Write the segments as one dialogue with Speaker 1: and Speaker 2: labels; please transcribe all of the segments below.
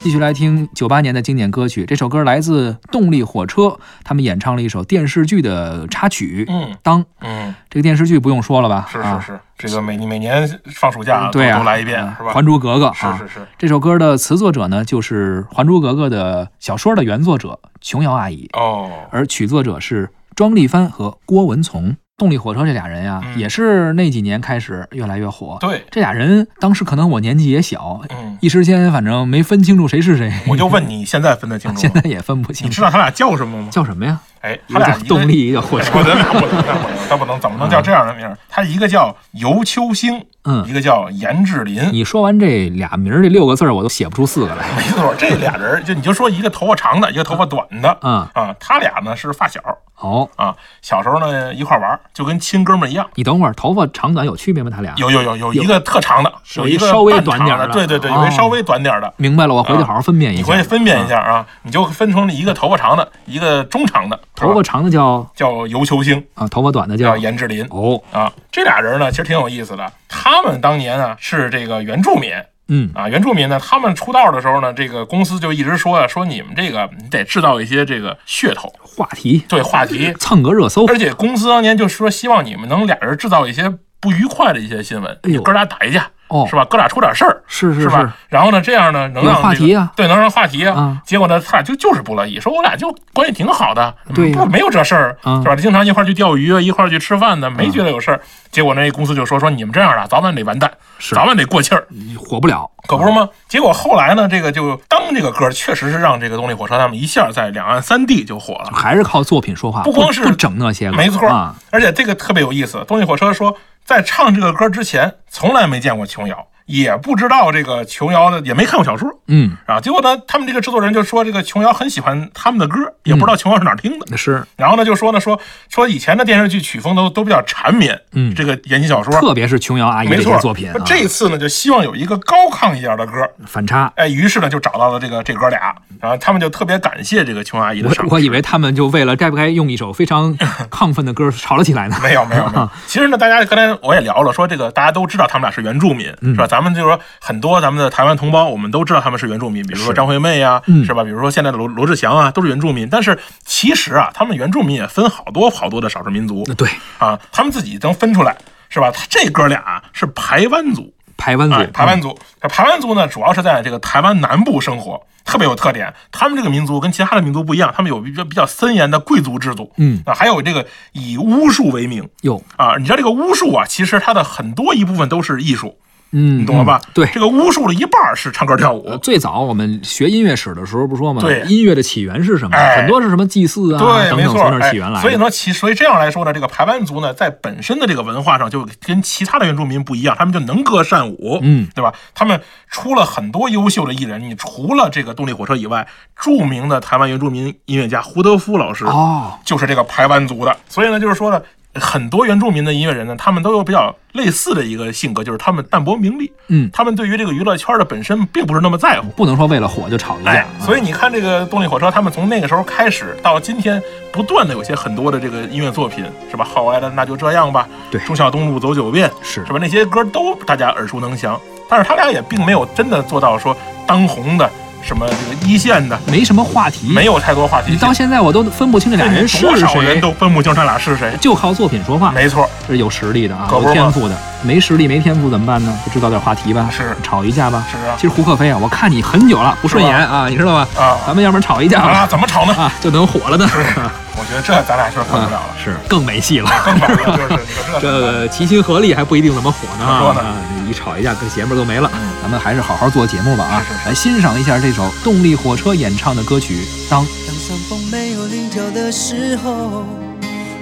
Speaker 1: 继续来听九八年的经典歌曲，这首歌来自动力火车，他们演唱了一首电视剧的插曲《
Speaker 2: 嗯
Speaker 1: 当》。
Speaker 2: 嗯，
Speaker 1: 这个电视剧不用说了吧？
Speaker 2: 是
Speaker 1: 啊
Speaker 2: 是是，这个每你每年放暑假
Speaker 1: 嗯
Speaker 2: 都
Speaker 1: 对啊
Speaker 2: 都来一遍
Speaker 1: 啊
Speaker 2: 是吧？
Speaker 1: 还珠格格》
Speaker 2: 是
Speaker 1: 啊
Speaker 2: 是。是，
Speaker 1: 这首歌的词作者呢，就是《还珠格格》的小说的原作者琼瑶阿姨，
Speaker 2: 哦，
Speaker 1: 而曲作者是庄丽帆和郭文从。动力火车这俩人呀、
Speaker 2: 嗯
Speaker 1: 也是那几年开始越来越火。
Speaker 2: 对，
Speaker 1: 这俩人当时可能我年纪也小，
Speaker 2: 嗯，
Speaker 1: 一时间反正没分清楚谁是谁，
Speaker 2: 我就问你，现在分得清 楚
Speaker 1: 现
Speaker 2: 吗？
Speaker 1: 在也分不清
Speaker 2: 你知
Speaker 1: 楚
Speaker 2: 道他俩叫什么吗？
Speaker 1: 叫什么呀？
Speaker 2: 哎，
Speaker 1: 一
Speaker 2: 他
Speaker 1: 个
Speaker 2: 俩
Speaker 1: 叫
Speaker 2: 一个
Speaker 1: 动， 力，一个叫火
Speaker 2: 哎
Speaker 1: 车。
Speaker 2: 不能不能不能，他不能怎么能叫这样的名儿？他一个叫尤秋兴，
Speaker 1: 嗯，
Speaker 2: 一个叫严志林。
Speaker 1: 你说完这俩名儿，这六个字儿我都写不出四个来。
Speaker 2: 没错，这俩人儿就你就说一个头发长的，一个头发短的
Speaker 1: 嗯，
Speaker 2: 啊，他俩呢是发小
Speaker 1: 哦，
Speaker 2: 啊，小时候呢一块玩儿，就跟亲哥们儿一样。
Speaker 1: 你等会儿，头发长短有区别吗？他俩
Speaker 2: 有有有有
Speaker 1: 有
Speaker 2: 一个特长的，
Speaker 1: 有
Speaker 2: 有
Speaker 1: 一
Speaker 2: 一
Speaker 1: 个
Speaker 2: 个
Speaker 1: 稍微
Speaker 2: 半
Speaker 1: 短
Speaker 2: 长
Speaker 1: 点儿的
Speaker 2: 对对对，有
Speaker 1: 哦
Speaker 2: 一稍微短点儿的。
Speaker 1: 明白了，我回去好好分辨一
Speaker 2: 你
Speaker 1: 下。
Speaker 2: 回去分辨一
Speaker 1: 啊，
Speaker 2: 下啊，你就分成了一个头发长的，一个中长的，
Speaker 1: 头
Speaker 2: 啊
Speaker 1: 发长的叫
Speaker 2: 叫尤球星，
Speaker 1: 啊，头发短的
Speaker 2: 叫
Speaker 1: 叫
Speaker 2: 颜志林
Speaker 1: 哦，
Speaker 2: 啊。这俩人呢，其实挺有意思的。他们当年啊是这个原住民
Speaker 1: 嗯，
Speaker 2: 啊，原住民呢，他们出道的时候呢，这个公司就一直说啊，说你们这个你得制造一些这个噱头，
Speaker 1: 话题
Speaker 2: 对 话题，哎
Speaker 1: 蹭个热搜，
Speaker 2: 而且公司当年就说希望你们能俩人制造一些不愉快的一些新闻，
Speaker 1: 哎呦
Speaker 2: 哥俩打一架
Speaker 1: 哦
Speaker 2: 是吧？哥俩出点事儿。
Speaker 1: 是是
Speaker 2: 是
Speaker 1: 是
Speaker 2: 吧，？然后呢，这样呢，能
Speaker 1: 有
Speaker 2: 让
Speaker 1: 话
Speaker 2: 这个
Speaker 1: 题啊
Speaker 2: 对，能让话题
Speaker 1: 啊
Speaker 2: 结果呢，他俩就就是不乐意，说我俩就关系挺好的，嗯
Speaker 1: 对呀
Speaker 2: 不没有这事儿，
Speaker 1: 嗯
Speaker 2: 是吧？经常一块儿去钓鱼啊，一块儿去吃饭呢，没觉得有事儿。结果那公司就说说你们这样的，早晚得完蛋，
Speaker 1: 是嗯
Speaker 2: 早晚得过气儿，
Speaker 1: 火不了，
Speaker 2: 可不是吗？结果后来呢，这个就当这个歌确实是让这个动力火车他们一下在两岸三地就火了。
Speaker 1: 还是靠作品说话，
Speaker 2: 不光是
Speaker 1: 不整那些个，
Speaker 2: 没错
Speaker 1: 啊，
Speaker 2: 而且这个特别有意思，动力火车说，在唱这个歌之前，从来没见过琼瑶，也不知道这个琼瑶的，也没看过小说，
Speaker 1: 嗯，
Speaker 2: 啊，结果呢，他们这个制作人就说这个琼瑶很喜欢他们的歌，也
Speaker 1: 嗯
Speaker 2: 不知道琼瑶是哪儿听的。
Speaker 1: 那是
Speaker 2: 然后呢，就说呢说说以前的电视剧曲风都都比较缠绵，
Speaker 1: 嗯
Speaker 2: 这个言情小说，
Speaker 1: 特别是琼瑶阿姨
Speaker 2: 没
Speaker 1: 这
Speaker 2: 错
Speaker 1: 些。作品啊，
Speaker 2: 这次呢，就希望有一个高亢一点的歌，
Speaker 1: 反差。
Speaker 2: 哎，于是呢就找到了这个这哥俩，然后他们就特别感谢这个琼瑶阿姨的
Speaker 1: 我
Speaker 2: 赏识。
Speaker 1: 我以为他们就为了该不该用一首非常亢奋的歌吵了起来呢。
Speaker 2: 没有没有
Speaker 1: 啊
Speaker 2: 没有，其实呢，大家刚才我也聊了，说这个大家都知道他们俩是原住民，
Speaker 1: 嗯
Speaker 2: 是吧？咱们就说很多咱们的台湾同胞，我们都知道他们是原住民，比如说张惠妹呀、
Speaker 1: 嗯
Speaker 2: 是吧？比如说现在的罗罗志祥啊，都是原住民。但是其实啊，他们原住民也分好多好多的少数民族
Speaker 1: 那对，
Speaker 2: 啊，他们自己能分出来，是吧？他这哥俩啊是排湾族，
Speaker 1: 排湾
Speaker 2: 哎
Speaker 1: 族，，
Speaker 2: 排湾族，这排湾族呢，主要是在这个台湾南部生活，特别有特点。他们这个民族跟其他的民族不一样，他们有比较比较森严的贵族制度，
Speaker 1: 嗯，
Speaker 2: 啊，还有这个以巫术为名。
Speaker 1: 哟，
Speaker 2: 啊，你知道这个巫术啊，其实它的很多一部分都是艺术，
Speaker 1: 嗯，
Speaker 2: 你懂了吧？
Speaker 1: 嗯对，
Speaker 2: 这个巫术的一半儿是唱歌跳舞。
Speaker 1: 呃最早我们学音乐史的时候不说吗？
Speaker 2: 对
Speaker 1: 音乐的起源是什么？
Speaker 2: 哎
Speaker 1: 很多是什么祭祀啊，
Speaker 2: 对，
Speaker 1: 等
Speaker 2: 没
Speaker 1: 等，从
Speaker 2: 错，
Speaker 1: 那儿
Speaker 2: 哎
Speaker 1: 起源来的。
Speaker 2: 所以呢，其所以这样来说呢，这个排湾族呢，在本身的这个文化上，就跟其他的原住民不一样，他们就能歌善舞，
Speaker 1: 嗯，
Speaker 2: 对吧？他们出了很多优秀的艺人，你除了这个动力火车以外，著名的台湾原住民音乐家胡德夫老师，
Speaker 1: 哦，
Speaker 2: 就是这个排湾族的。所以呢，就是说呢，很多原住民的音乐人呢，他们都有比较类似的一个性格，就是他们淡泊名利，
Speaker 1: 嗯
Speaker 2: 他们对于这个娱乐圈的本身并不是那么在乎。
Speaker 1: 不能说为了火就吵一啊架
Speaker 2: 哎，，所
Speaker 1: 以
Speaker 2: 以你看，这个动力火车，他们从那个时候开始到今天，不断的有些很多的这个音乐作品，是吧？后来的那就这样吧，
Speaker 1: 对
Speaker 2: 忠孝东路走九遍，
Speaker 1: 是
Speaker 2: 是吧？那些歌都大家耳熟能详，但是他俩也并没有真的做到说当红的什么这个一线的，
Speaker 1: 没什么话题。
Speaker 2: 没有太多话题
Speaker 1: 你
Speaker 2: 性
Speaker 1: 到。现在我都分不清这俩人是
Speaker 2: 多少人
Speaker 1: 谁，
Speaker 2: 都分不清他俩是谁，
Speaker 1: 就靠作品说话，
Speaker 2: 没错。
Speaker 1: 是有实力的啊，
Speaker 2: 可不
Speaker 1: 有
Speaker 2: 是吗
Speaker 1: 天赋的。没实力没天赋怎么办呢？就制造点话题吧，
Speaker 2: 是
Speaker 1: 吵一架吧。
Speaker 2: 是啊
Speaker 1: 其实胡可飞啊，我看你很久了，不顺眼啊，你知道吧？
Speaker 2: 啊
Speaker 1: 咱们要不然吵一架
Speaker 2: 啊，
Speaker 1: 吧，
Speaker 2: 怎么吵呢？
Speaker 1: 啊，就能火了呢。
Speaker 2: 我觉得这咱俩是分不了了，
Speaker 1: 是更没戏了。
Speaker 2: 更反了，就是你 说
Speaker 1: 这个齐心合力还不一定怎么火呢，
Speaker 2: 怎么说呢
Speaker 1: 啊，一吵一架跟邪门都没了
Speaker 2: 嗯。
Speaker 1: 咱们还是好好做节目吧啊
Speaker 2: 是是！是
Speaker 1: 来欣赏一下这首动力火车演唱的歌曲《当》。
Speaker 3: 当山峰没有棱角的时候，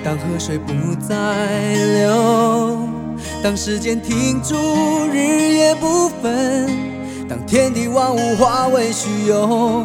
Speaker 3: 当河水不再流，当时间停住，日夜不分，当天地万物化为虚有，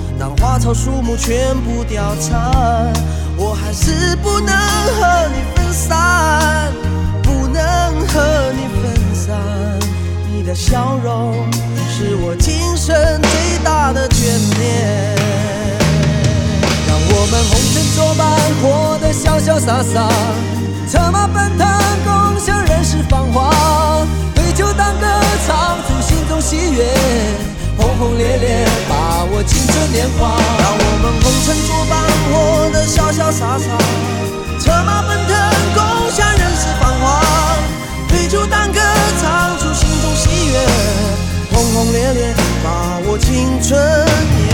Speaker 4: 当花草树木全部凋残，我还是不能和你分散，不能和你分散。你的笑容是我今生最大的眷恋。让我们红尘作伴，活得潇潇洒洒，策马奔腾，共享人世繁华。对酒当歌，唱出心中喜悦，轰轰烈烈，把握青春年华。让我们红尘作伴，活得潇潇洒洒，策马奔腾，共享人世繁华。对酒当歌，唱出心中喜悦，轰轰烈烈，把握青春年华。